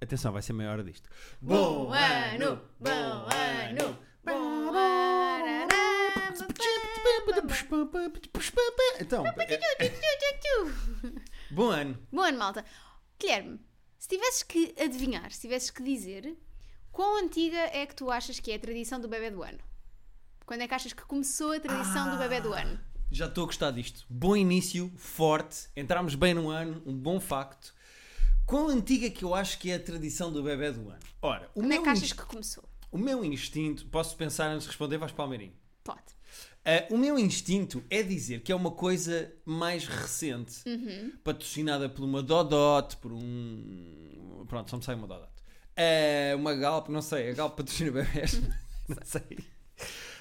Atenção, vai ser meia hora disto. Bom ano, bom ano, bom ano. Então, bom ano. Bom ano, malta. Guilherme, se tivesses que adivinhar, se tivesses que dizer, quão antiga é que tu achas que é a tradição do bebê do ano? Quando é que achas que começou a tradição do bebê do ano? Já estou a gostar disto. Bom início, forte. Entramos bem no ano, um bom facto. Quão antiga que eu acho que é a tradição do bebê do ano? Ora, o, Quando é meu, que achas inst- que começou? o meu instinto. Posso pensar antes de responder, vais Palmeirinho. Pode. Ah, o meu instinto é dizer que é uma coisa mais recente, patrocinada por uma Dodot, por um. Pronto, só me sai uma Dodot. Ah, uma Galp, não sei, a Galp patrocina bebés. não sei.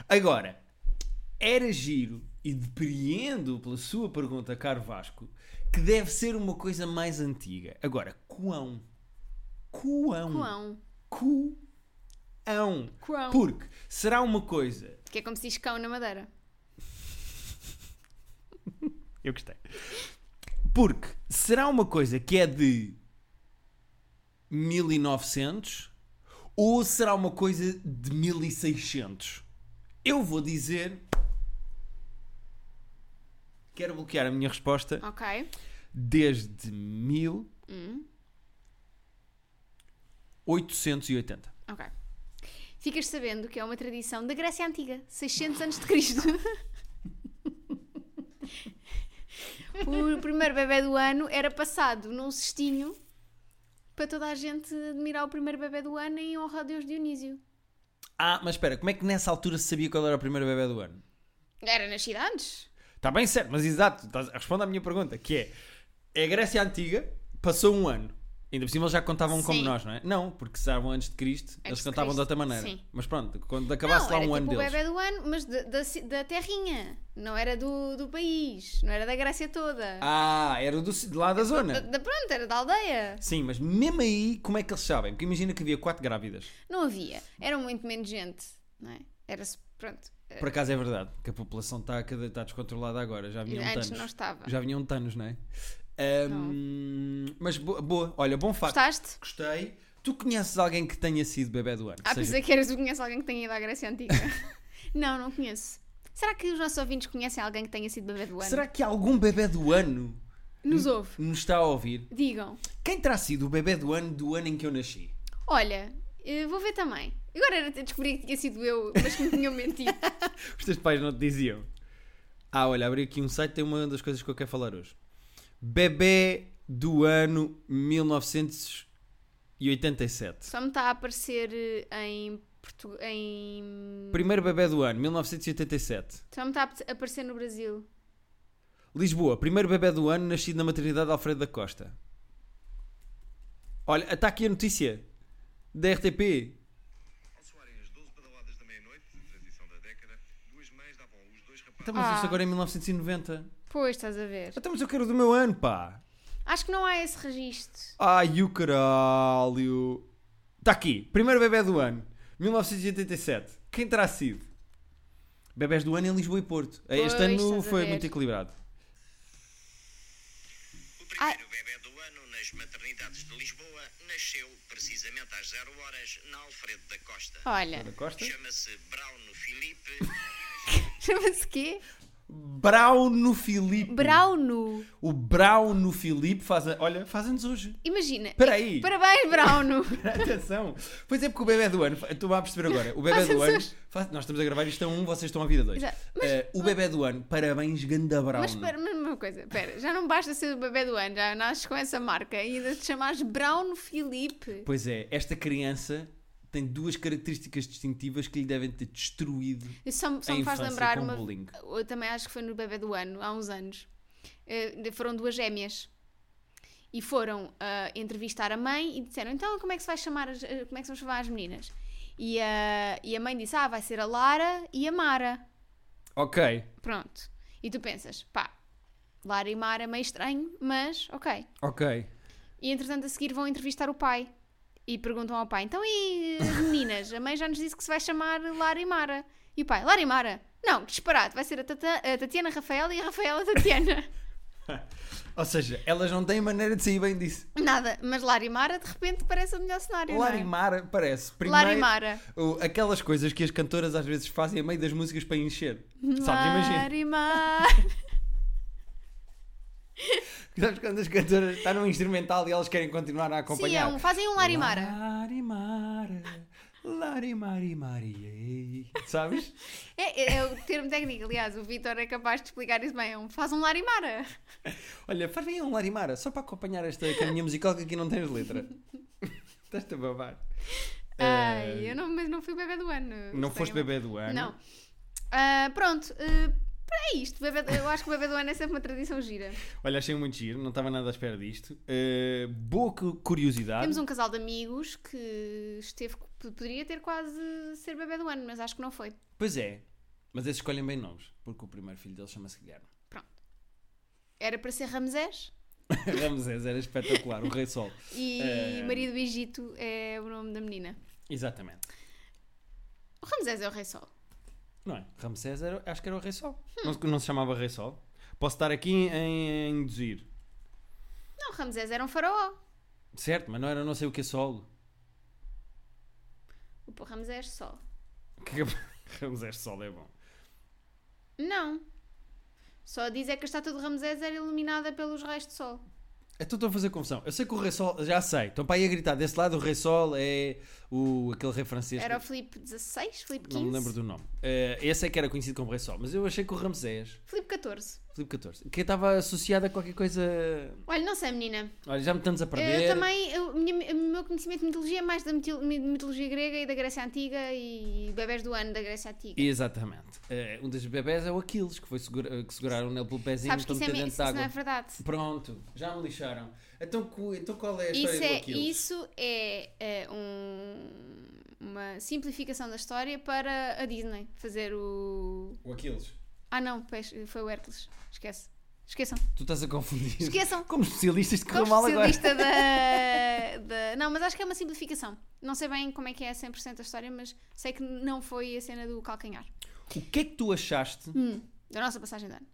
Agora, era giro e depreendo pela sua pergunta, caro Vasco, que deve ser uma coisa mais antiga. Agora, quão? Quão? Quão? Quão? Quão? Porque será uma coisa Que é como se diz cão na madeira. Eu gostei. Porque será uma coisa que é de 1900 ou será uma coisa de 1600? Eu vou dizer. Quero bloquear a minha resposta Ok. desde 1880. Ok. Ficas sabendo que é uma tradição da Grécia Antiga, 600 anos de Cristo. o primeiro bebê do ano era passado num cestinho para toda a gente admirar o primeiro bebê do ano em honra a Deus Dionísio. Ah, mas espera, como é que nessa altura se sabia qual era o primeiro bebê do ano? Era nas cidades? Está Tá bem certo, mas exato, estás- responde à minha pergunta, que é, é a Grécia Antiga, passou um ano. Ainda por cima eles já contavam como Sim. nós, não é? Não, porque se davam antes de Cristo, eles de contavam de Cristo, outra maneira. sim. Mas pronto, quando acabasse não, lá era um ano tipo o deles. bebê do ano, mas da- da, ci- da terrinha. Não era do, do país, não era da Grécia toda. Ah, era do, de lá da Da, zona. da- pronto, era da aldeia. Sim, mas mesmo aí, como é que eles sabem? Porque imagina que havia quatro grávidas. Não havia. Era muito menos gente, não é? Era-se, pronto. Por acaso é verdade, que a população está cada- está descontrolada agora, já vinham Antes tanos. não estava. Já vinham tanos, não é? Ahm, Mas bo- boa, olha, bom facto. Gostaste? Gostei. Tu conheces alguém que tenha sido bebê do ano? Ah, Seja- pensei que eras tu conheces alguém que tenha ido à Grécia Antiga. não, não conheço. Será que os nossos ouvintes conhecem alguém que tenha sido bebê do ano? Será que algum bebê do ano Nos ouve. nos está a ouvir? Digam. Quem terá sido o bebê do ano do ano em que eu nasci? Olha, eh, vou ver também. Agora era de descobrir que tinha sido eu, mas que me tinham mentido. Os teus pais não te diziam. Ah, olha, abri aqui um site, tem uma das coisas que eu quero falar hoje. Bebê do ano 1987. Só me está a aparecer eh, em Portu... em... Primeiro bebê do ano, 1987. Só me está a ap- aparecer no Brasil. Lisboa, primeiro bebê do ano nascido na maternidade de Alfredo da Costa. Olha, está aqui a notícia da RTP. Ao soarem as 12 badaladas da meia-noite, de transição da década, duas mães davam os dois rapazes. Então, mas Ah. isto agora é 1990. Pois, estás a ver. Então, mas eu quero o do meu ano, pá. Acho que não há esse registro. Ai, o caralho. Está aqui. Primeiro bebê do ano. 1987. Quem terá sido? Bebés do ano em Lisboa e Porto. Eh, este Pois, ano estás a foi ver. muito equilibrado. O primeiro bebê do ano nas maternidades de Lisboa nasceu precisamente às 0 horas na Alfredo da Costa. Olha, Da Costa? Chama-se Brauno Filipe. chama-se quê? Brauno Filipe. Brauno. O Brauno Filipe faz. a- Olha, faz-nos hoje. Imagina. Espera aí. Parabéns, Brauno. Atenção. Pois é, porque o bebê do ano. Tu vais perceber agora. O bebê do Faz-nos ano. hoje. faz- Nós estamos a gravar isto a um, vocês estão a vida dois. Exato. Eh, o bebê do ano. Parabéns, Ganda Brauno. Mas espera, mas uma coisa, espera, já não basta ser o bebê do ano, já nasces com essa marca e ainda te chamas Brown Filipe. Pois é, esta criança tem duas características distintivas que lhe devem ter destruído. Isso só, me- só A me faz infância lembrar com uma. bullying. Eu também acho que foi no bebê do ano, há uns anos. Eh, foram duas gêmeas e foram ah, entrevistar a mãe e disseram: então como é que se vai chamar as, eh, como é que se vão chamar as meninas? E, a- e a mãe disse: ah, vai ser a Lara e a Mara. Ok, Pronto. E tu pensas: pá, Lara e Mara, é meio estranho, mas ok. ok. E entretanto a seguir vão entrevistar o pai. E perguntam ao pai: então e as meninas? A mãe já nos disse que se vai chamar Lara e Mara. E o pai: Lara e Mara? Não, que disparate, vai ser a, Tata- a Tatiana Rafaela e a Rafaela Tatiana. Ou seja, elas não têm maneira de sair bem disso. Nada, mas Larimara de repente parece o melhor cenário. não é? Larimara parece. Primeiro, Larimara. o- aquelas coisas que as cantoras às vezes fazem a meio das músicas para encher. Sabes, imagina. Larimar. Sabes quando as cantoras estão num instrumental e elas querem continuar a Sim, é acompanhar? um, fazem um Larimara. Larimara. Larimari Maria. Sabes? É, é, é o termo técnico, aliás, o Vitor é capaz de explicar isso bem. É um, faz um Larimara. Olha, faz aí um Larimara, só para acompanhar esta caminha musical que aqui não tens letra. Estás-te a babar. Ai, Eh, eu não, mas não fui bebê do ano. é um Não Sei, foste mas- bebê do ano. Não. Ah, pronto, eh, é isto. Bebê, eu acho que o bebê do ano é sempre uma tradição gira. Olha, achei muito giro, não estava nada à espera disto. Eh, boa cu- curiosidade. Temos um casal de amigos que esteve, p- poderia ter quase ser bebê do ano, mas acho que não foi. Pois é, mas eles escolhem bem nomes, porque o primeiro filho deles chama-se Guilherme. Era para ser Ramsés Ramsés era espetacular, o Rei Sol. e Eh. Maria do Egito é o nome da menina. Exatamente. O Ramsés é o Rei Sol. Não é? Ramsés era, acho que era o Rei Sol. Hum. Não, se- não se chamava Rei Sol. Posso estar aqui em, em induzir. Não, Ramsés era um faraó. Certo, mas não era não sei o que é Sol. O pô- Ramsés Sol. Que- Ramsés Sol é bom. Não. Só diz é que a estátua de Ramsés era iluminada pelos raios de sol. Então estou a fazer confusão. Eu sei que o Rei Sol, já sei. Estão para aí a gritar. Desse lado o Rei Sol é o, aquele rei francês. Era o que- Filipe XVI, Filipe XV? não me lembro do nome. Eh, esse é que era conhecido como Rei Sol. Mas eu achei que o Ramsés, Filipe XIV. Filipe XIV, que estava associado a qualquer coisa. Olha, não sei, menina. Olha, já me estamos a perder. Eu também, eu- minha- o meu conhecimento de mitologia é mais da mitil- mi- mitologia grega e da Grécia Antiga e bebés do ano da Grécia Antiga. Exatamente. Eh, um dos bebés é o Aquiles, que, foi segura- que seguraram nele pelo pezinho então Sabes que isso, para é, meter me- dentro isso de água. não é verdade. Pronto, já me lixaram. Então, cu- então qual é a história Isso do é, Aquiles? isso é, é, um- uma simplificação da história para a Disney fazer o. O Aquiles. Ah, não, pois, foi o Hércules. Esquece. Esqueçam. Tu estás a confundir. Esqueçam. Como especialistas de Como correu mal agora. especialista da, da- Não, mas acho que é uma simplificação. Não sei bem como é que é 100% a história, mas sei que não foi a cena do calcanhar. O que é que tu achaste? Hum, da nossa passagem de ano.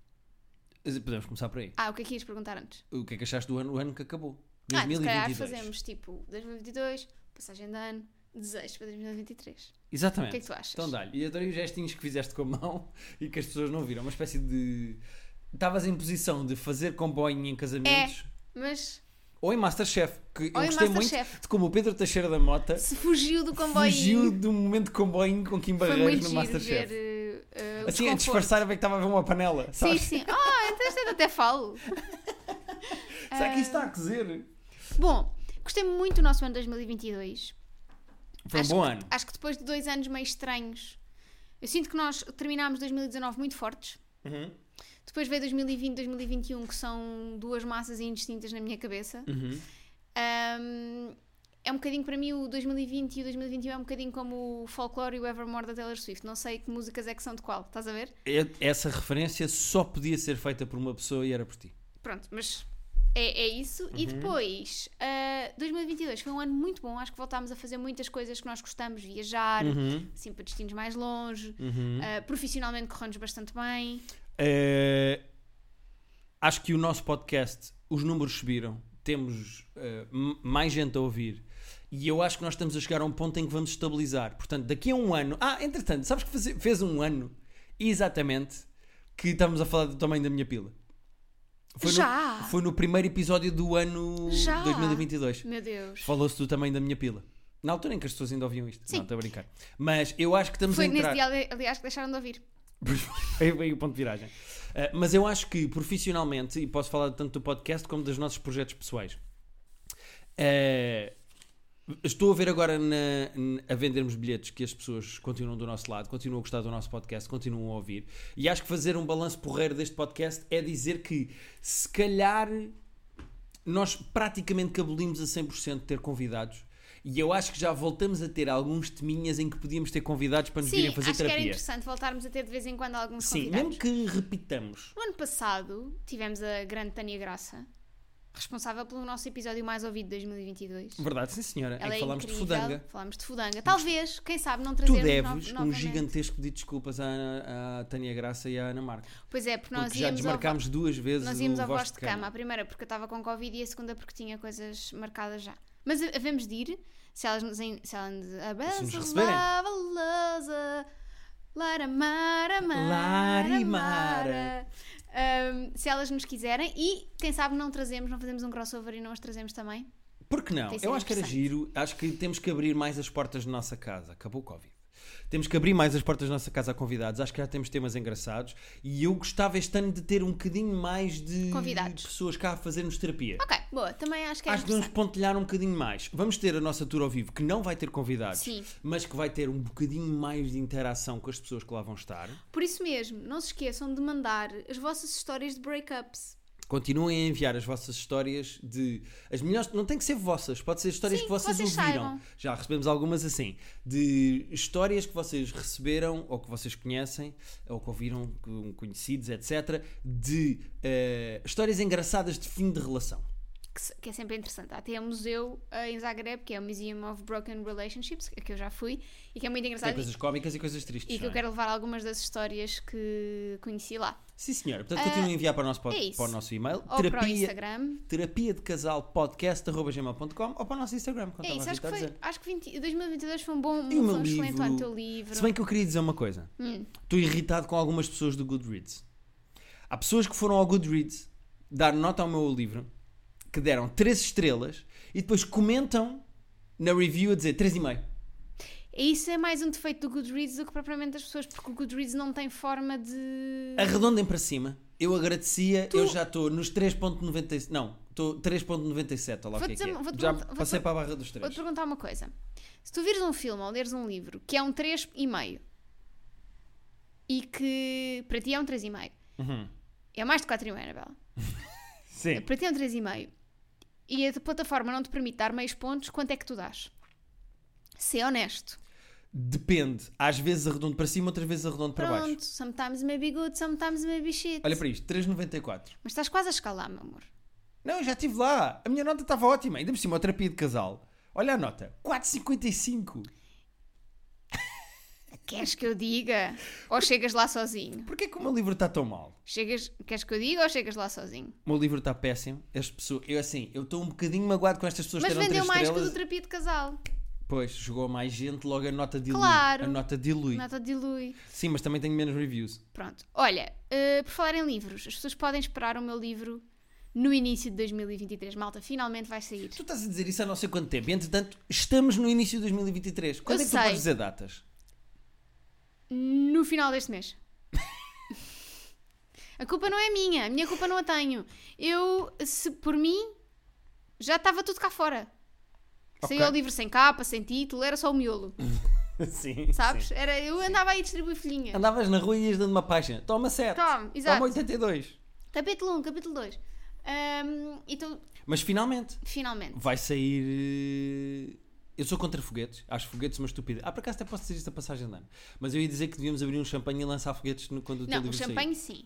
Podemos começar por aí. Ah, o que é que ias perguntar antes? O que é que achaste do ano, o ano que acabou? Ah, se calhar 2022. fazemos tipo 2022, passagem de ano, desejos para 2023. Exatamente. O que é que tu achas? Então dá-lhe. E adorei os gestinhos que fizeste com a mão e que as pessoas não viram. Uma espécie de. Estavas em posição de fazer comboio em casamentos. Mas Ou em Masterchef, que É. Ou eu em gostei Masterchef. muito de como o Pedro Teixeira da Mota se fugiu do comboio, fugiu do momento de comboio com Kim foi Barreiros muito no giro ver Masterchef. eh, eh, o Assim, a desconforto. disfarçar a ver que estava a ver uma panela. Sim, Sabes? sim. Ah, então isto eu até falo. Será que isto Ah. está a cozer? Bom, gostei muito do nosso ano 2022. Foi um acho bom que, ano. Acho que depois de dois anos meio estranhos, eu sinto que nós terminámos 2019 muito fortes. Uhum. Depois veio 2020 2021, que são duas massas indistintas na minha cabeça. Uhum. Um, é um bocadinho para mim o 2020 e o 2021 é um bocadinho como o Folklore e o Evermore da Taylor Swift. Não sei que músicas é que são de qual, estás a ver? E- Essa referência só podia ser feita por uma pessoa e era por ti. Pronto, mas é, é isso. Uhum. E depois, uh, 2022 foi um ano muito bom. Acho que voltámos a fazer muitas coisas que nós gostamos, viajar, Uhum. assim, para destinos mais longe. Uh, profissionalmente correu-nos bastante bem. Eh, acho que o nosso podcast, os números subiram, temos eh, m- mais gente a ouvir. E eu acho que nós estamos a chegar a um ponto em que vamos estabilizar. Portanto, daqui a um ano. Ah, entretanto, sabes que faze- fez um ano exatamente que estávamos a falar do tamanho da minha pila. Foi Já? No, foi no primeiro episódio do ano Já? 2022. Meu Deus. Falou-se do tamanho da minha pila. Na altura em que as pessoas ainda ouviam isto. Sim. Não, estou a brincar. Mas eu acho que estamos Foi a entrar. nesse dia, ali- aliás, que deixaram de ouvir. Pois foi, foi o ponto de viragem. Ah, mas eu acho que profissionalmente, e posso falar tanto do podcast como dos nossos projetos pessoais, eh, estou a ver agora na- n- a vendermos bilhetes que as pessoas continuam do nosso lado, continuam a gostar do nosso podcast, continuam a ouvir. E acho que fazer um balanço porreiro deste podcast é dizer que se calhar nós praticamente que abolimos a 100% de ter convidados. E eu acho que já voltamos a ter alguns teminhas em que podíamos ter convidados para nos Sim, virem acho fazer que era terapia. interessante voltarmos a ter de vez em quando alguns Sim, convidados. mesmo que repitamos. No ano passado tivemos a grande Tânia Graça, responsável pelo nosso episódio mais ouvido de 2022. Verdade, sim senhora. Ela em é que falámos incrível. de fudanga. Falámos de fudanga. Talvez, quem sabe, não Tu trazermos deves no- um novamente. gigantesco de desculpas à, Ana- à Tânia Graça e à Ana Marca. Pois é, porque nós Porque já íamos ao, desmarcámos duas vezes nós íamos o ao voz voz de cama. A primeira porque eu estava com Covid e a segunda porque tinha coisas marcadas já. Mas ha- havemos de ir, se elas nos... en- Se elas nos nos abraçam, receberem. lava, lousa, lara, mara, mara, Larimara. Ahm, se elas nos quiserem e quem sabe não trazemos, não fazemos um crossover e não as trazemos também. Por que não? Tem sido Eu acho que era giro. Acho que temos que abrir mais as portas da nossa casa. Acabou o Covid. Temos que abrir mais as portas da nossa casa a convidados. Acho que já temos temas engraçados. E eu gostava este ano de ter um bocadinho mais de Convidados. pessoas cá a fazer-nos terapia. Ok, boa, também acho que é Acho que vamos pontilhar um bocadinho mais. Vamos ter a nossa tour ao vivo, que não vai ter convidados, Sim. mas que vai ter um bocadinho mais de interação com as pessoas que lá vão estar. Por isso mesmo, não se esqueçam de mandar as vossas histórias de breakups. Continuem a enviar as vossas histórias de. As melhores. Não tem que ser vossas, pode ser histórias Sim, que vocês, que vocês ouviram. saibam. Já recebemos algumas assim. De histórias que vocês receberam, ou que vocês conhecem, ou que ouviram com conhecidos, etc. De eh, histórias engraçadas de fim de relação. Que, se- que é sempre interessante. Há até um museu eh, em Zagreb, que é o Museum of Broken Relationships, que eu já fui, e que é muito Tem engraçado. coisas cómicas e coisas tristes. E que não eu é? quero levar algumas das histórias que conheci lá. Sim, senhora. Portanto, continuem a enviar para o nosso, pod- é isso. para o nosso e-mail. Ou para o terapia, Instagram. terapia de casal podcast.gmail.com ou para o nosso Instagram. como É estava isso, a acho que, Rita a foi, acho que 20 2022 foi um bom, E o um, meu foi um excelente livro? ano. O teu livro. Se bem que eu queria dizer uma coisa. Hum. Estou irritado com algumas pessoas do Goodreads. Há pessoas que foram ao Goodreads dar nota ao meu livro, que deram 3 estrelas e depois comentam na review a dizer 3,5. Isso é mais um defeito do Goodreads do que propriamente das pessoas, porque o Goodreads não tem forma de. Arredondem para cima. Eu agradecia, eu já estou nos 3,97. Não, estou 3,97. Olha lá Vou o que é que dizer- é. vou te Já perguntar- vou te passei para a barra dos 3. Vou-te perguntar uma coisa. Se tu vires um filme ou leres um livro que é um 3,5 e que para ti é um 3,5, Uhum. é mais de 4,5, Anabela. Sim. Para ti é um 3,5 e a plataforma não te permite dar meios pontos, quanto é que tu dás? Ser honesto. Depende. Às vezes arredondo para cima, outras vezes arredondo para baixo. Pronto, sometimes it may be good, sometimes it may be shit. Olha para isto, 3,94. Mas estás quase a escalar, meu amor. Não, eu já estive lá. A minha nota estava ótima. Ainda por cima, a terapia de casal. Olha a nota, 4,55. Queres que eu diga? Ou chegas lá sozinho? Porquê que o meu livro está tão mal? Chegas... Queres que eu diga ou chegas lá sozinho? O meu livro está péssimo. As pessoas... Eu assim, eu estou um bocadinho magoado com estas pessoas Mas que deram vendeu 3 mais que o estrelas. do terapia de casal. Pois, jogou mais gente, logo a nota dilui. Claro. A nota dilui. Nota dilui. Sim, mas também tenho menos reviews. Pronto. Olha, eh, por falar em livros, as pessoas podem esperar o meu livro no início de 2023. Malta, finalmente vai sair. Tu estás a dizer isso há não sei quanto tempo. E, entretanto, estamos no início de 2023. Quando Eu é que tu podes sei. dizer datas? No final deste mês. a culpa não é minha, a minha culpa não a tenho. Eu, se por mim, já estava tudo cá fora. Ok. Hum, Saiu o livro sem capa, sem título, era só o miolo, Sim. sabes? Era, eu andava aí a distribuir folhinha. Andavas na rua e ias dando uma página. Toma 7. Toma, exato. 82. Capítulo 1, capítulo 2. então, Mas finalmente finalmente. vai sair. eh, Eu sou contra foguetes. Acho foguetes uma estupidez. Ah, por acaso até posso dizer isto a passagem de ano. Mas eu ia dizer que devíamos abrir um champanhe e lançar foguetes no, quando o teu Não, o livro sair. champanhe sim.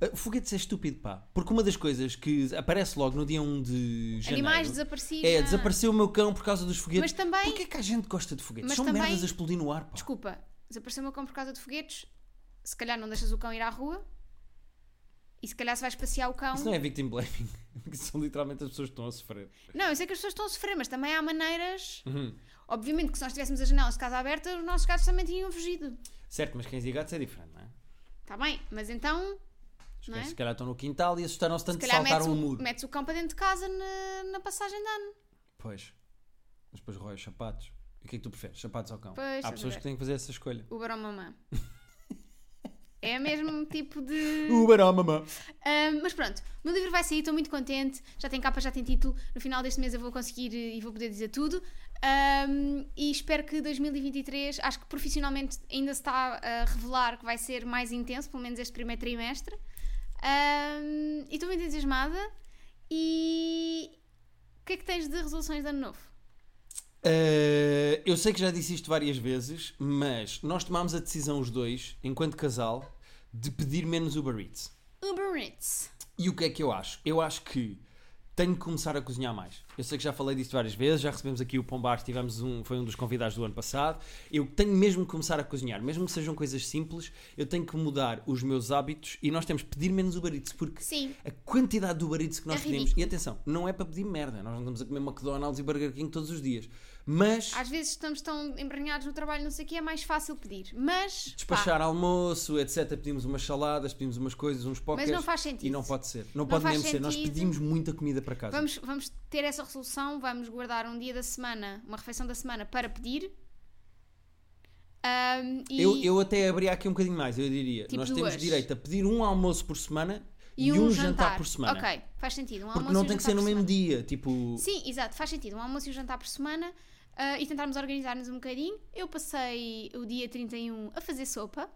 Ah, Foguetes é estúpido, pá. Porque uma das coisas que aparece logo no dia 1 de janeiro. Animais desaparecidos. É, ah. desapareceu o meu cão por causa dos foguetes. Mas também- Porquê que a gente gosta de foguetes? Mas São também- merdas a explodir no ar, pá. Desculpa, desapareceu o meu cão por causa de foguetes. Se calhar não deixas o cão ir à rua. E se calhar se vais passear o cão. Isso não é victim blaming. Porque são literalmente as pessoas que estão a sofrer. Não, eu sei que as pessoas estão a sofrer, mas também há maneiras. Uhum. Obviamente que se nós tivéssemos as janelas de casa aberta, os nossos gatos também tinham fugido. Certo, mas cães e gatos é diferente, não é? Está bem, mas então. Os Não cães é? se calhar estão no quintal e assustaram-se Se tanto que calhar metes um saltaram o, o um muro. metes o cão para dentro de casa na, na passagem de ano. Pois. Mas depois rói os sapatos. E o que é que tu preferes? Sapatos ou cão? Pois, estás Há a pessoas ver. que têm que fazer essa escolha. O barão mamã. é o mesmo tipo de. Uber ou mamã. Ahm, mas pronto, o meu livro vai sair, estou muito contente. Já tem capa, já tem título. No final deste mês eu vou conseguir eh, e vou poder dizer tudo. Ahm, e espero que 2023, acho que profissionalmente ainda se está a revelar que vai ser mais intenso, pelo menos este primeiro trimestre. Ahm, e estou muito entusiasmada. E o que é que tens de resoluções de ano novo? Eh, eu sei que já disse isto várias vezes, mas nós tomámos a decisão os dois, enquanto casal, de pedir menos Uber Eats. Uber Eats. E o que é que eu acho? Eu acho que Tenho que começar a cozinhar mais. Eu sei que já falei disto várias vezes, já recebemos aqui o Pombar, tivemos um, foi um dos convidados do ano passado. Eu tenho mesmo que começar a cozinhar, mesmo que sejam coisas simples, eu tenho que mudar os meus hábitos e nós temos que pedir menos Uber Eats, porque Sim. a quantidade de Uber Eats que nós É pedimos, ridículo. e atenção, não é para pedir merda, nós não estamos a comer McDonald's e Burger King todos os dias, mas Às vezes estamos tão embrenhados no trabalho, não sei o que, é mais fácil pedir. Mas. pá, despachar almoço, etc. Pedimos umas saladas, pedimos umas coisas, uns pokés. não faz E sentido. não pode ser. Não, pode faz mesmo ser. Nós sentido. pedimos muita comida para casa. Vamos, vamos ter essa resolução, vamos guardar um dia da semana, uma refeição da semana para pedir. Ahm, e eu, eu até abri aqui um bocadinho mais, eu diria. Tipo nós temos duas. direito a pedir um almoço por semana e um jantar, por semana. Ok, faz sentido. Um Porque almoço não e um tem que jantar ser no por mesmo semana. dia. Tipo, Sim, exato, faz sentido. Um almoço e um jantar por semana ah, e tentarmos organizar-nos um bocadinho. Eu passei o dia 31 a fazer sopa.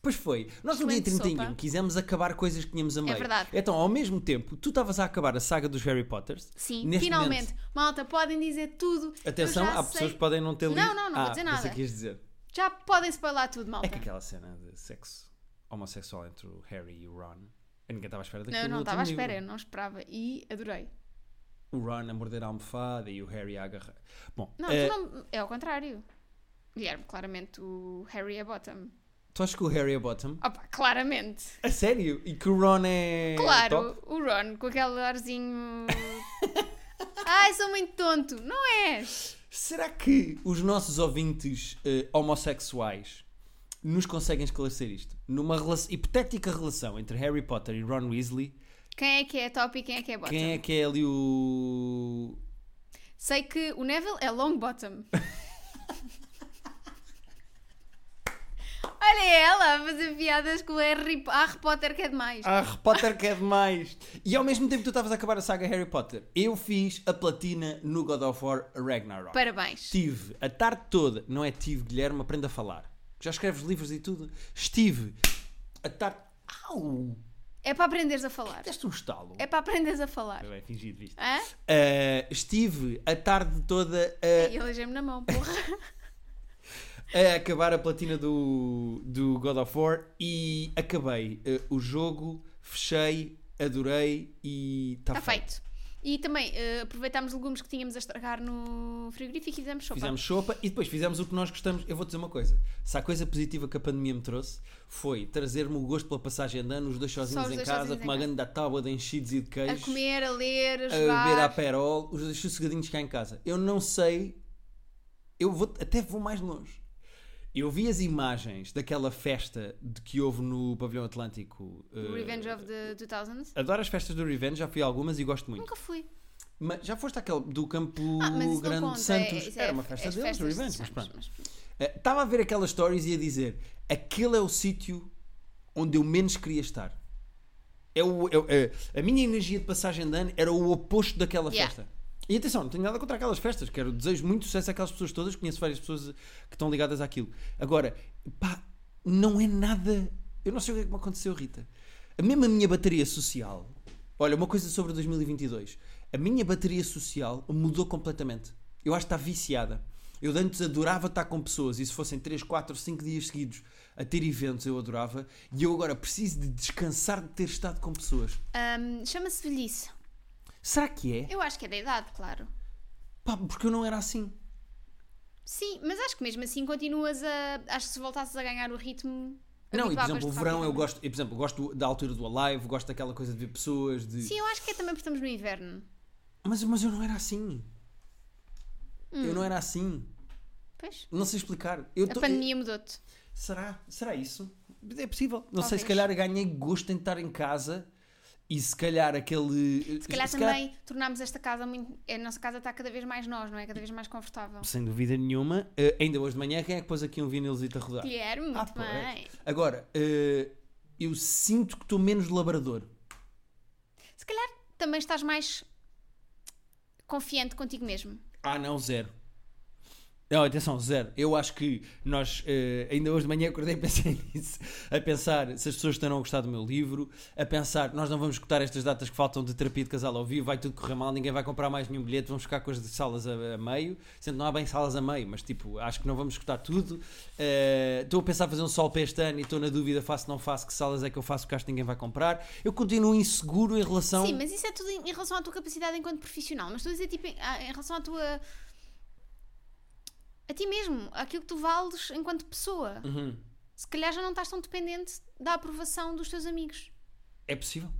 pois foi. Nós no dia Excelente 31 sopa. É quisemos acabar coisas que tínhamos a meio. verdade. Então, ao mesmo tempo, tu estavas a acabar a saga dos Harry Potters. Sim, Neste finalmente. momento- Malta, podem dizer tudo. Eu Atenção, já há pessoas sei- que podem não ter lido. Não, não, não vou ah, dizer pensei nada. que ias dizer. Já podem spoiler tudo, malta. É que aquela cena de sexo homossexual entre o Harry e o Ron. Eu ninguém estava à espera daquilo. não, eu no não estava à último espera, eu livro. não esperava. E adorei. O Ron a morder a almofada e o Harry a agarrar. Bom, Não, eh, tu não- é ao contrário. Guilherme, claramente o Harry é bottom. tu achas que o Harry é bottom? Opa, claramente. A sério? E que o Ron é. claro, top? o Ron com aquele arzinho. Ai, sou muito tonto. Não és? Será que os nossos ouvintes eh, homossexuais nos conseguem esclarecer isto? Numa rela- hipotética relação entre Harry Potter e Ron Weasley, Quem é que é top e quem é que é bottom? quem é que é ali o. Sei que o Neville é long bottom. Olha ela a fazer piadas com o Harry, Harry Potter que é demais. Harry Potter que é demais. E ao mesmo tempo que tu estavas a acabar a saga Harry Potter, eu fiz a platina no God of War Ragnarok. Parabéns. Estive a tarde toda, não é tive, Guilherme, aprenda a falar. Já escreves livros e tudo. Estive a tarde. Au! É para aprenderes a falar. Deste um estalo. É para aprenderes a falar. Bem, fingido, viste? Hã? Ah, estive a tarde toda E a, eu me na mão, porra. a acabar a platina do, do God of War e acabei ah, o jogo, fechei, adorei e tá Está está Tá feito. E também eh, aproveitámos legumes que tínhamos a estragar no frigorífico e fizemos sopa. Fizemos sopa e depois fizemos o que nós gostamos. Eu vou dizer uma coisa: se a coisa positiva que a pandemia me trouxe foi trazer-me o gosto pela passagem de ano, os dois sozinhos os em dois casa, sozinhos com em uma casa. grande da tábua de enchidos e de a queijo, comer, a ler, a a beber jogar. a perol, os dois sossegadinhos cá em casa. Eu não sei, eu vou, até vou mais longe. Eu vi as imagens daquela festa de que houve no Pavilhão Atlântico. eh, Revenge of the 2000s. Adoro as festas do Revenge, já fui a algumas e gosto muito. Nunca fui. Mas já foste àquele do Campo Ah, mas isso não Grande conta. de é- Santos? isso é- Era uma festa é deles, do festas de Revenge, mas Santos, pronto. mas pronto. Eh, Estava a ver aquelas stories e a dizer: aquele é o sítio onde eu menos queria estar. É o, é o- é- a minha energia de passagem de ano era o oposto daquela Yeah. festa. E atenção, não tenho nada contra aquelas festas, quero desejo muito sucesso àquelas pessoas todas, conheço várias pessoas que estão ligadas àquilo. Agora, pá, não é nada. Eu não sei o que é que me aconteceu, Rita. A mesma minha bateria social. Olha, uma coisa sobre 2022. A minha bateria social mudou completamente. Eu acho que está viciada. Eu de antes adorava estar com pessoas e se fossem 3, 4, 5 dias seguidos a ter eventos eu adorava e eu agora preciso de descansar de ter estado com pessoas. Ahm, Chama-se velhice. Será que é? Eu acho que é da idade, claro. Pá, porque eu não era assim. Sim, mas acho que mesmo assim continuas a. Acho que se voltasses a ganhar o ritmo. Não, e por habituavas-te exemplo, o verão eu rapidamente. gosto, e, por exemplo, gosto da altura do Alive, gosto daquela coisa de ver pessoas, de... Sim, eu acho que é também porque estamos no inverno. Mas, mas eu não era assim. Eu não era assim. Pois. Não sei explicar. Eu Hum. A tô- pandemia mudou-te. Será? Será isso? É possível. Não sei, Talvez. se calhar ganhei gosto em estar em casa e se calhar aquele. Se calhar também tornámos esta casa muito. A nossa casa está cada vez mais nós, não é? Cada vez mais confortável. Sem dúvida nenhuma. Eh, ainda hoje de manhã, quem é que pôs aqui um vinilzito a rodar? Guilherme, Ah, muito pois. bem. Agora, eh, eu sinto que estou menos labrador. Se calhar também estás mais confiante contigo mesmo. Ah, não, zero. Não, atenção, zero. Eu acho que nós, eh, ainda hoje de manhã acordei e pensei nisso, a pensar se as pessoas terão gostado do meu livro, a pensar, nós não vamos escutar estas datas que faltam de terapia de casal ao vivo, vai tudo correr mal, ninguém vai comprar mais nenhum bilhete, vamos ficar com as de salas a, a meio, sendo que não há bem salas a meio, mas tipo, acho que não vamos escutar tudo. Eh, Estou a pensar fazer um sol para este ano e estou na dúvida, faço ou não faço, que salas é que eu faço que acho que ninguém vai comprar. Eu continuo inseguro em relação... Sim, mas isso é tudo em, em relação à tua capacidade enquanto profissional. Mas estou a dizer, tipo, em, a- em relação à tua. a ti mesmo, aquilo que tu vales enquanto pessoa. Uhum. Se calhar já não estás tão dependente da aprovação dos teus amigos. É possível.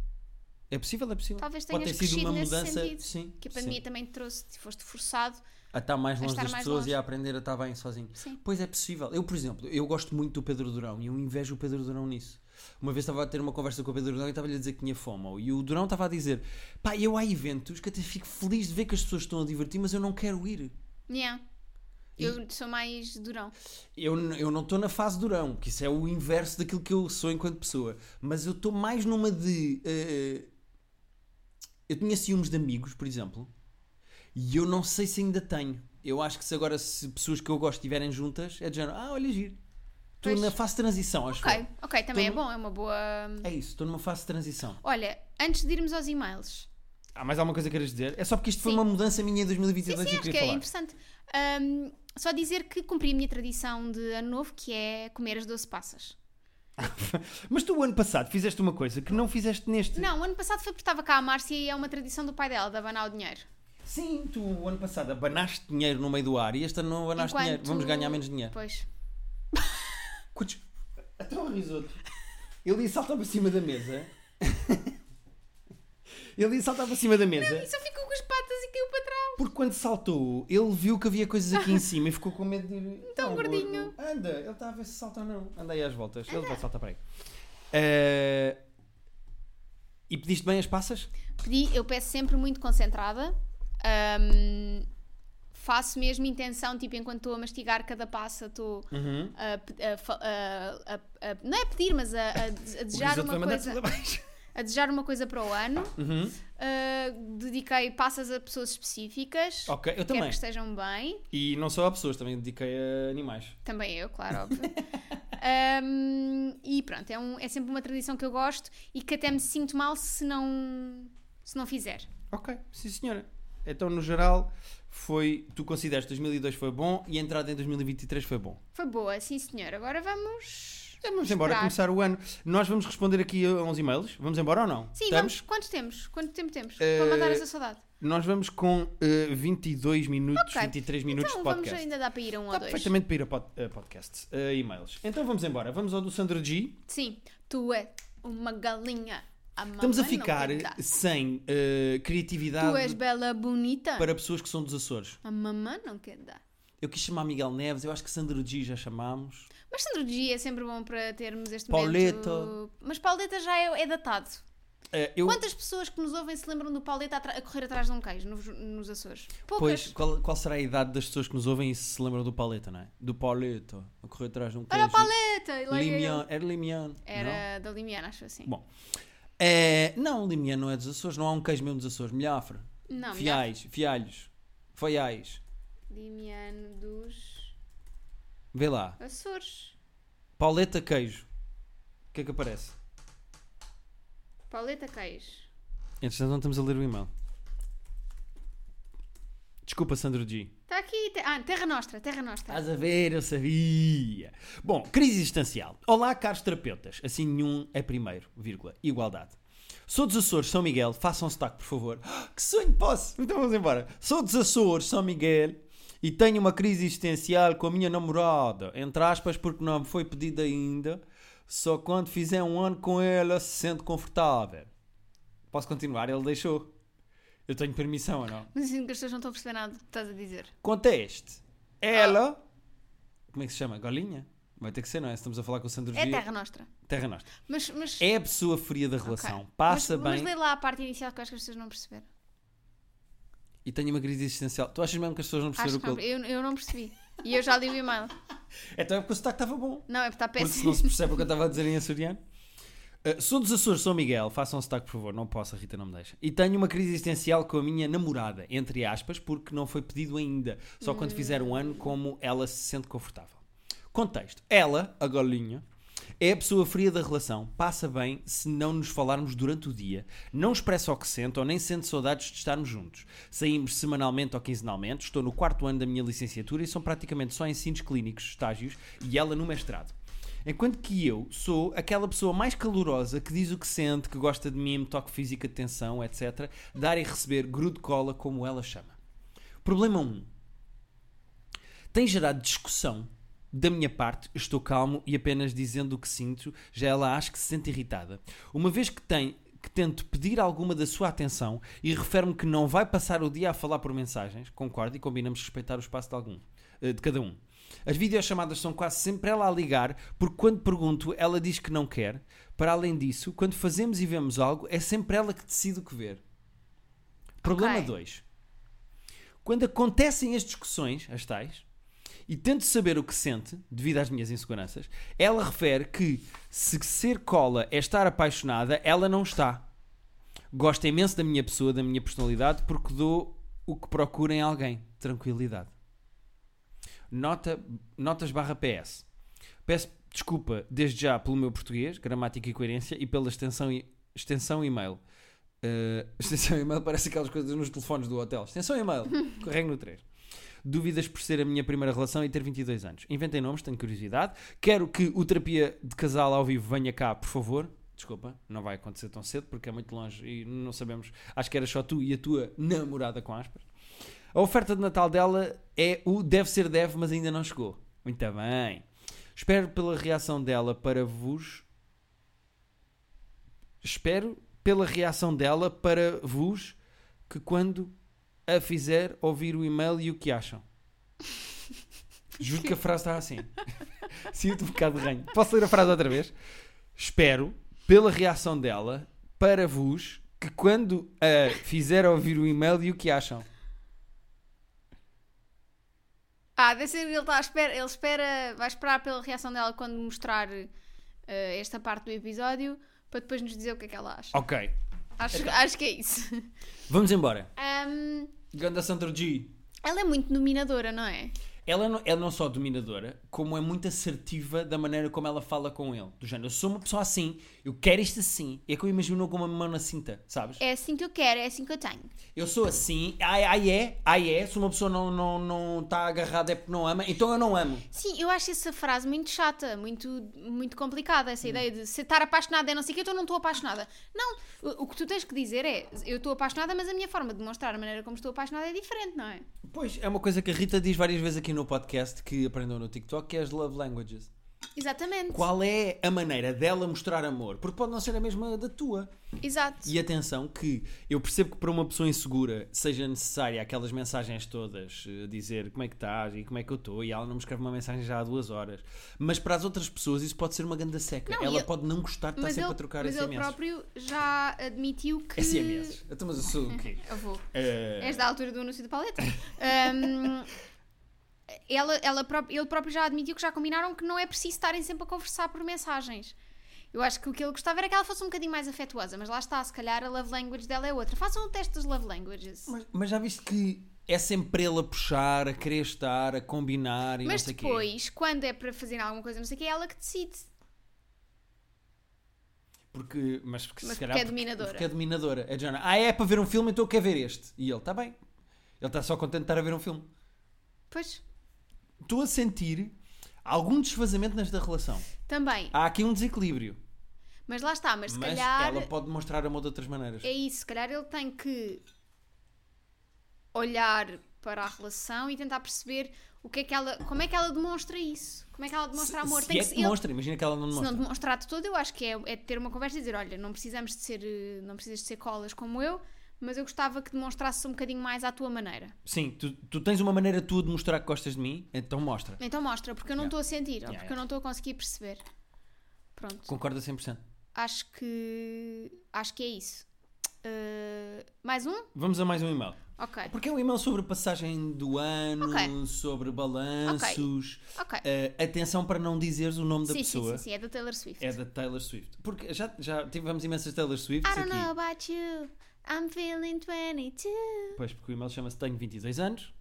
É possível, é possível. Talvez Pode tenhas ter sido crescido uma nesse mudança, sentido. sim, Que a sim. pandemia também te trouxe, te foste forçado. a estar mais longe estar das mais pessoas longe. e a aprender a estar bem sozinho. Sim. Pois é possível. Eu, por exemplo, eu gosto muito do Pedro Durão e eu invejo o Pedro Durão nisso. Uma vez estava a ter uma conversa com o Pedro Durão e estava-lhe a dizer que tinha fome. E o Durão estava a dizer: pá, eu há eventos que até fico feliz de ver que as pessoas estão a divertir, mas eu não quero ir. Yeah. Eu sou mais durão. Eu, n- eu não estou na fase Durão, que isso é o inverso daquilo que eu sou enquanto pessoa. Mas eu estou mais numa de. eh, eu tinha ciúmes de amigos, por exemplo, e eu não sei se ainda tenho. Eu acho que se agora se pessoas que eu gosto estiverem juntas, é de género, ah, olha, giro. Estou Pois. na fase de transição, acho Ok, ok, também é Então- bom, é uma boa. que. É isso, estou numa fase de transição. Olha, antes de irmos aos e-mails, Há mais alguma coisa que queiras dizer? É só porque isto foi Sim. uma mudança minha em 2022 Sim, que eu acho que queria é falar. interessante. Ahm, só dizer que cumpri a minha tradição de ano novo, que é comer as 12 passas. Mas tu, o ano passado, fizeste uma coisa que não fizeste neste. Não, o ano passado foi porque estava cá a Márcia e é uma tradição do pai dela, de abanar o dinheiro. Sim, tu o ano passado abanaste dinheiro no meio do ar e este ano não abanaste dinheiro. Enquanto- Vamos ganhar menos dinheiro. Pois. Cuts. Até o risoto. Ele ia saltar para cima da mesa. Ele ia saltar para cima da mesa. Só ficou com as patas e caiu para trás. Porque quando saltou, ele viu que havia coisas aqui em cima e ficou com medo de ir. Tão Não, Então, gordinho. gordo, Anda, ele está a ver se salta ou não. Anda aí às voltas. Ele vai saltar para aí. Eh, E pediste bem as passas? Pedi, eu peço sempre muito concentrada. Ahm, faço mesmo intenção, tipo, enquanto estou a mastigar cada passa, estou Uhum. a, pe- a fa- a- a- a- Não é a pedir, mas a, a des- a desejar risoto vai uma mandar coisa. tudo abaixo. A desejar uma coisa para o ano. é Uhum. Uh, dediquei passas a pessoas específicas. Ok, eu Quero também. que estejam bem. E não só a pessoas, também dediquei a animais. Também eu, claro, óbvio. Um, e pronto, é, um- é sempre uma tradição que eu gosto e que até me sinto mal se não, se não fizer. Ok, sim senhora. Então, no geral, foi. Tu consideras que 2002 foi bom e a entrada em 2023 foi bom. É, Foi boa, sim senhor. Agora vamos. Vamos embora, esperar. começar o ano. Nós vamos responder aqui a uns e-mails. Vamos embora ou não? Sim, Estamos? vamos. Quanto temos? Quanto tempo temos? Eh, Para matar essa saudade. Nós vamos com eh, 22 minutos, Ok. 23 minutos então de vamos podcast. ainda dar para ir a um Está ou dois. perfeitamente para ir a, pod- a podcast, a e-mails. Então vamos embora. Vamos ao do Sandro G. Sim, tu é uma galinha. A Estamos a mamãe é, não ficar quer dar. sem eh, Tu és criatividade bela, bonita. para pessoas que são dos Açores. A mamãe não quer dar. Eu quis chamar Miguel Neves, eu acho que Sandro G já chamámos. Mas Sandro G é sempre bom para termos este Pauleta. momento. Mas Pauleta já é, é datado. Eh, eu... Quantas pessoas que nos ouvem se lembram do Pauleta atra- a correr atrás de um queijo nos, nos Açores? Pois, Poucas. qual, qual será a idade das pessoas que nos ouvem e se se lembram do Paleta, não é? Do Paleta, a correr atrás de um Olha queijo. o Pauleta! e lá ia Limian, ele. era Limian, não? Era da Limiana, acho assim. Bom. É, não, Limian não é dos Açores, não há um queijo mesmo dos Açores. Milhafre, Não, melhor. Fiais, Fialhos, Foiais, Limiano dos vê lá. Açores. Pauleta, queijo. O que é que aparece? Pauleta queijo. Entretanto, não estamos a ler o e-mail. Desculpa, Sandro G. Está aqui. te- Ah, Terra Nostra, Terra Nostra. Estás a ver, eu sabia. Bom, crise existencial. Olá, caros terapeutas. Assim nenhum é primeiro, vírgula, igualdade. Sou dos Açores, São Miguel. Façam sotaque, por favor. Que sonho posso! Então vamos embora. Sou dos Açores, São Miguel. E tenho uma crise existencial com a minha namorada. Entre aspas, porque não me foi pedida ainda. Só quando fizer um ano com ela, se sente confortável. Posso continuar? Ele deixou. Eu tenho permissão ou não? Mas sinto que as pessoas não estão a perceber nada do que estás a dizer. Conteste. é Ela. Como é que se chama? Golinha? Vai ter que ser, não é? Se Estamos a falar com o Sandro Ah. É Gia- Terra Nostra. Terra Nostra. Mas. mas... É a pessoa fria da ok. relação. Passa mas, bem Mas lê lá a parte inicial que eu acho que as pessoas não perceberam. e tem uma crise existencial. Tu achas mesmo que as pessoas não Acho perceberam que o não, que ele... eu, eu não percebi. E eu já li o e-mail. Então é porque o sotaque estava bom. Não, é porque está Porque se não péssimo. se percebe o que eu estava a dizer em açoriano. Uh, sou dos Açores, sou Miguel. Façam sotaque, por favor. Não posso, a Rita não me deixa. E tenho uma crise existencial com a minha namorada, entre aspas, porque não foi pedido ainda. Só quando fizer um ano, como ela se sente confortável. Contexto. Ela, a golinha, é a pessoa fria da relação. Passa bem se não nos falarmos durante o dia. Não expressa o que sente ou nem sente saudades de estarmos juntos. Saímos semanalmente ou quinzenalmente. Estou no quarto ano da minha licenciatura e são praticamente só ensinos clínicos, estágios, e ela no mestrado. Enquanto que eu sou aquela pessoa mais calorosa que diz o que sente, que gosta de mim, toque físico, atenção, etc. Dar e receber grude cola, como ela chama. Problema 1. Tem gerado discussão. Da minha parte, estou calmo e apenas dizendo o que sinto, já ela acha que se sente irritada. Uma vez que tem que tento pedir alguma da sua atenção e refere-me que não vai passar o dia a falar por mensagens, concordo e combinamos respeitar o espaço de algum, eh, de cada um. As videochamadas são quase sempre ela a ligar, porque quando pergunto, ela diz que não quer. Para além disso, quando fazemos e vemos algo, é sempre ela que decide o que ver. Problema Ok. 2. Quando acontecem as discussões, as tais, e tento saber o que sente, devido às minhas inseguranças, ela refere que se ser cola é estar apaixonada, ela não está. Gosta imenso da minha pessoa, da minha personalidade, porque dou o que procuro em alguém: tranquilidade. Nota, notas barra PS. Peço desculpa desde já pelo meu português, gramática e coerência, e pela extensão, e- extensão e-mail. Eh, extensão e-mail parece aquelas coisas nos telefones do hotel. Extensão e-mail, carrego no 3. Dúvidas por ser a minha primeira relação e ter 22 anos. Inventei nomes, tenho curiosidade. Quero que o terapia de casal ao vivo venha cá, por favor. Desculpa, não vai acontecer tão cedo porque é muito longe e não sabemos. Acho que era só tu e a tua namorada, com aspas. A oferta de Natal dela é o deve ser deve, mas ainda não chegou. Muito bem. Espero pela reação dela para vos. Espero pela reação dela para vos que quando a fizer ouvir o e-mail e o que acham. Juro que a frase está assim. Sinto um bocado de ranho. Posso ler a frase outra vez? Espero pela reação dela para vos que quando a fizer ouvir o e-mail e o que acham. Ah, deve ser que ele está à espera. Ele espera. Vai esperar pela reação dela quando mostrar eh, esta parte do episódio para depois nos dizer o que é que ela acha. Ok. Acho, acho que é isso. Vamos embora. Ahm, Ganda Sandra G. ela é muito dominadora, não é? Ela não, é não só dominadora, como é muito assertiva da maneira como ela fala com ele. Do género, eu sou uma pessoa assim, eu quero isto assim. É que eu imagino com uma mão na cinta, sabes? É assim que eu quero, é assim que eu tenho. Eu sou assim, ai, ai é, ai é. Se uma pessoa não está não, não tá agarrada é porque não ama, então eu não amo. Sim, eu acho essa frase muito chata, muito, muito complicada, Hum. essa ideia de se estar apaixonada é não sei o que, então eu não estou apaixonada. Não, o, o que tu tens que dizer é, eu estou apaixonada, mas a minha forma de mostrar a maneira como estou apaixonada é diferente, não é? Pois, é uma coisa que a Rita diz várias vezes aqui no podcast que aprendeu no TikTok, que é as love languages. Exatamente. Qual é a maneira dela mostrar amor? Porque pode não ser a mesma da tua. Exato. E atenção que eu percebo que para uma pessoa insegura seja necessária aquelas mensagens todas, eh, dizer como é que estás e como é que eu estou, e ela não me escreve uma mensagem já há duas horas. Mas para as outras pessoas isso pode ser uma ganda seca. Não, e ela ele- pode não gostar de estar Mas tá sempre ele, a trocar assim mas ele SMS. próprio já admitiu que... SMS. Então, mas eu sou o quê? Avô. Eh, É. És da altura do anúncio de paleta. Ahm, ela, ela pró- ele próprio já admitiu que já combinaram que não é preciso estarem sempre a conversar por mensagens. Eu acho que o que ele gostava era que ela fosse um bocadinho mais afetuosa, mas lá está, se calhar a love language dela é outra. Façam o teste das love languages. Mas, mas, mas já viste que é sempre ele a puxar, a querer estar, a combinar e não sei o quê. depois, quando é para fazer alguma coisa, não sei o que, é ela que decide. Porque, mas porque, Mas se calhar, porque é dominadora. Porque é dominadora. É de género, ah, é para ver um filme, então eu quero ver este. E ele está bem. Ele está só contente de estar a ver um filme. Pois, estou a sentir algum desfazamento nesta relação. também. Há aqui um desequilíbrio. Mas lá está, mas se mas calhar. ela pode mostrar amor de outras maneiras. É isso, se calhar ele tem que olhar para a relação e tentar perceber o que é que ela, como é que ela demonstra isso, como é que ela demonstra amor. se tem é que, que ele- demonstra, imagina que ela não se demonstra. não demonstrar de todo, eu acho que é, é ter uma conversa e dizer, olha, não precisamos de ser, eh, não precisas de ser colas como eu, mas eu gostava que demonstrasses um bocadinho mais à tua maneira. Sim, tu, tu tens uma maneira tua de mostrar que gostas de mim, então mostra. Então mostra, porque eu não estou Yeah. a sentir, ou Yeah, porque yeah. eu não estou a conseguir perceber. Pronto. Concordo a 100%. Acho que acho que é isso. Eh, mais um? Vamos a mais um e-mail. Ok. Porque é um e-mail sobre passagem do ano, Ok. sobre balanços. Ok. Eh, atenção para não dizeres o nome da sim, sim, pessoa. sim, sim, é da Taylor Swift. É da Taylor Swift. Porque já, já tivemos imensas Taylor Swifts I don't aqui. know about you, I'm feeling 22. Pois, porque o e-mail chama-se Tenho 22 anos.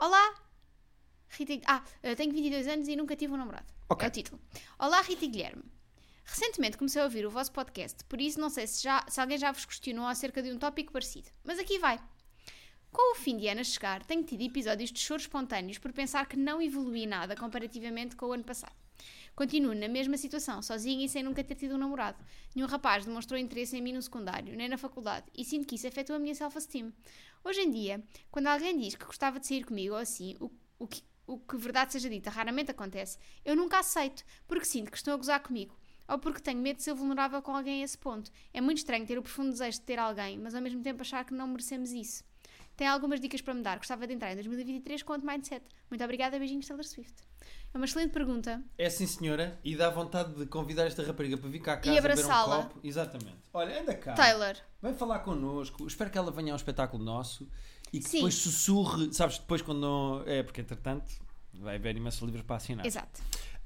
Olá, Rita. Ah, eh, tenho 22 anos e nunca tive um namorado. Ok. É o título. Olá, Rita e Guilherme. Recentemente comecei a ouvir o vosso podcast, por isso não sei se, já, se alguém já vos questionou acerca de um tópico parecido. Mas aqui vai. Com o fim de ano a chegar, tenho tido episódios de choros espontâneos por pensar que não evoluí nada comparativamente com o ano passado. Continuo na mesma situação, sozinha e sem nunca ter tido um namorado. Nenhum rapaz demonstrou interesse em mim no secundário, nem na faculdade, e sinto que isso afetou a minha self-esteem. Hoje em dia, quando alguém diz que gostava de sair comigo ou assim, o, o que, o que verdade seja dita raramente acontece, eu nunca aceito, porque sinto que estão a gozar comigo. Ou porque tenho medo de ser vulnerável com alguém a esse ponto. É muito estranho ter o profundo desejo de ter alguém, mas ao mesmo tempo achar que não merecemos isso. Tem algumas dicas para me dar? Gostava de entrar em 2023 com outro mindset. Muito obrigada, beijinhos, Taylor Swift. É uma excelente pergunta. É sim, senhora. E dá vontade de convidar esta rapariga para vir cá a casa abraçá-la. beber um copo. Exatamente. Olha, anda cá. Taylor, Vem falar connosco. Espero que ela venha a um espetáculo nosso e que Sim. depois sussurre. Sabes, depois quando não. É, porque entretanto vai haver imensos livros para assinar. exato.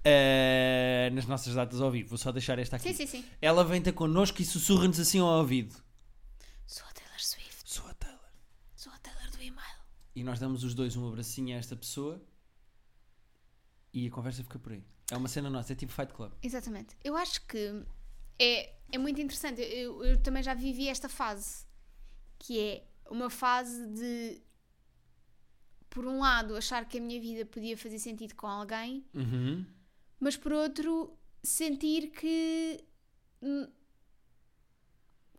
Eh, nas nossas datas ao vivo. Vou só deixar esta aqui. Sim, sim, sim. Ela vem ter connosco e sussurra-nos assim ao ouvido. Sou a Taylor Swift, Sou a Taylor. sou a Taylor do e-mail. E nós damos os dois um abracinho a esta pessoa e a conversa fica por aí. É uma cena nossa, é tipo Fight Club. Exatamente. Eu acho que é, é muito interessante. Eu, eu também já vivi esta fase, que é uma fase de, por um lado, achar que a minha vida podia fazer sentido com alguém, Uhum. mas por outro, sentir que. hum,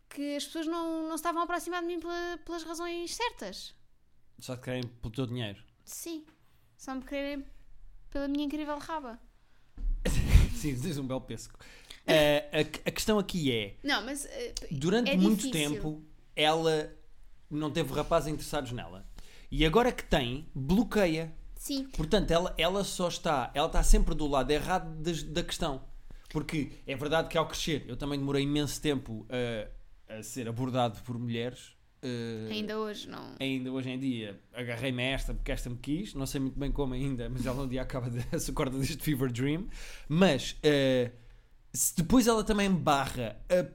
que as pessoas não, não se estavam a aproximar de mim pela- pelas razões certas. Só te querem pelo teu dinheiro. Sim. Só me quererem pela minha incrível raba. Sim, tens um belo pesco. Eh, a, a questão aqui é: Não, mas. eh, durante é muito difícil. tempo ela não teve rapazes interessados nela. E agora que tem, bloqueia. Sim. Portanto, ela, ela só está, ela está sempre do lado errado das- da, questão. Porque é verdade que ao crescer, eu também demorei imenso tempo a, a ser abordado por mulheres. eh, Ainda hoje não. ainda hoje em dia agarrei-me a esta porque esta me quis, não sei muito bem como ainda, mas ela um dia acaba de se acorda deste Fever Dream. Mas eh, se depois ela também barra a-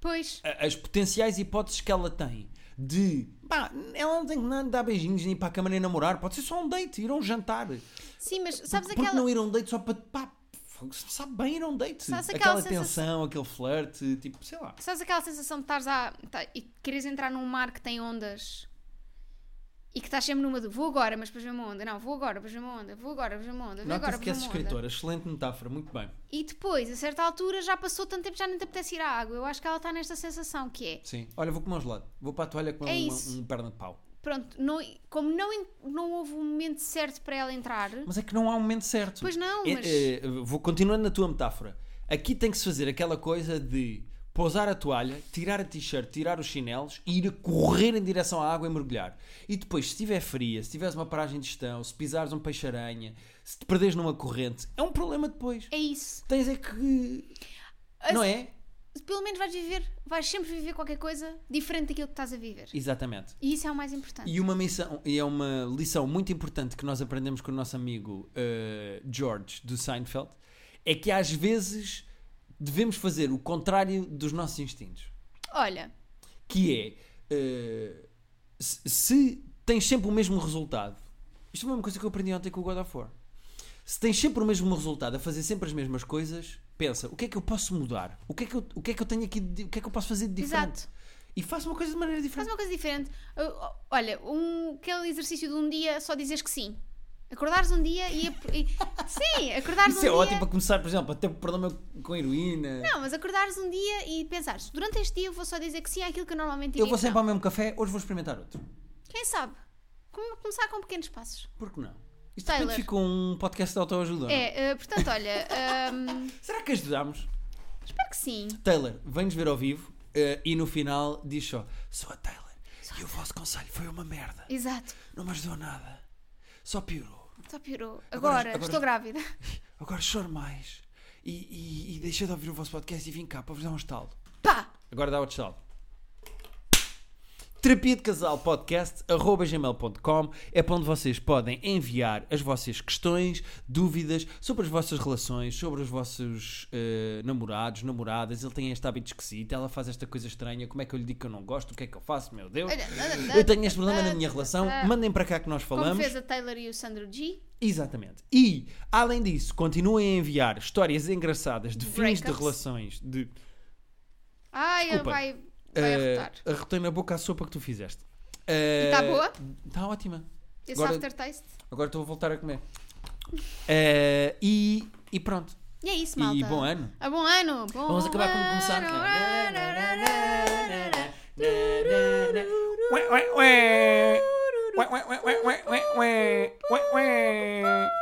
Pois. a- as potenciais hipóteses que ela tem de pá, ela não tem que nem dar beijinhos nem ir para a cama nem namorar, pode ser só um date, ir a um jantar. Sim, mas sabes porque aquela. não ir a um date só para pá, sabe bem ir a um date? Sabes aquela aquela tensão, aquele flerte, tipo, sei lá. Sabes aquela sensação de estares a. tá- e queres entrar num mar que tem ondas e que estás sempre numa de vou agora, mas depois vem uma onda. Não, vou agora, depois vem uma onda. Vou agora, depois vem uma onda. Vou agora, Nota-se que depois és vem uma onda. escritora, excelente metáfora, muito bem. E depois, a certa altura, já passou tanto tempo já nem te apetece ir à água. Eu acho que ela está nesta sensação que é. Sim. Olha, vou comer um gelado, vou para a toalha com É uma- isso. um perna de pau. Pronto, não, como não, en- não houve um momento certo para ela entrar. Mas é que não há um momento certo. Pois não, É, mas- é, vou continuando na tua metáfora. Aqui tem que se fazer aquela coisa de pousar a toalha, tirar a t-shirt, tirar os chinelos e ir a correr em direção à água e mergulhar. E depois, se estiver fria, se tiveres uma paragem de gestão, se pisares um peixe-aranha, se te perderes numa corrente, é um problema depois. É isso. Tens é que. Não é? Pelo menos vais viver, vais sempre viver qualquer coisa diferente daquilo que estás a viver. Exatamente. E isso é o mais importante. E uma missão, e é uma lição muito importante que nós aprendemos com o nosso amigo eh, George do Seinfeld, é que às vezes devemos fazer o contrário dos nossos instintos, Olha, que é eh, se, se tens sempre o mesmo resultado. Isto é uma coisa que eu aprendi ontem com o God of War. Se tens sempre o mesmo resultado, a fazer sempre as mesmas coisas, pensa, o que é que eu posso mudar? O que é que eu, o que é que eu tenho aqui, de- o que é que eu posso fazer de diferente? Exato. E faço uma coisa de maneira Faz diferente. um uma coisa diferente. Eu- o- Olha, um, aquele exercício de um dia só dizes que sim. Acordares um dia e. ap- e- sim, acordares um Isso é dia. ótimo para começar, por exemplo, até o problema com heroína. Não, mas acordares um dia e pensares, durante este dia eu vou só dizer que sim àquilo que eu normalmente diria. Eu vou que sempre não. ao mesmo café, hoje vou experimentar outro. Quem sabe? Come- Começar com pequenos passos. Por que não? Isto Taylor. realmente ficou um podcast de autoajuda. não é? É, eh, portanto, olha, hum, Será que ajudámos? espero que sim. Taylor, vem-nos ver ao vivo eh, e no final diz só: Sou a Taylor e o vosso conselho foi uma merda. Exato. Não me ajudou nada. Só piorou. Só piorou. Agora- Agora, agora- estou grávida. Agora choro mais. E, e, e deixei de ouvir o vosso podcast e vim cá para vos dar um estalo. Pá! Agora dá outro estalo. terapia de casal podcast arroba gmail.com é para onde vocês podem enviar as vossas questões, dúvidas sobre as vossas relações, sobre os vossos eh, namorados, namoradas. Ele tem este hábito esquisito, ela faz esta coisa estranha. Como é que eu lhe digo que eu não gosto? O que é que eu faço? Meu Deus, eu tenho este problema na minha relação. Mandem para cá que nós Como falamos. fez a Taylor e o Sandro G. Exatamente. E, além disso, continuem a enviar histórias engraçadas de fins de Breakups. relações, de Ai, ele Desculpa. vai, vai Eh, arrotar. arrotei na boca a sopa que tu fizeste. E está boa? Está ótima. Esse agora- aftertaste? Agora estou a voltar a comer. Eh, e, e pronto. E é isso, malta. E bom ano. Ah, bom ano! Bom Vamos acabar como ano, começar. ano, Ué, ué, ué. Ué, ué, ué, ué, ué, ué, ué, ué.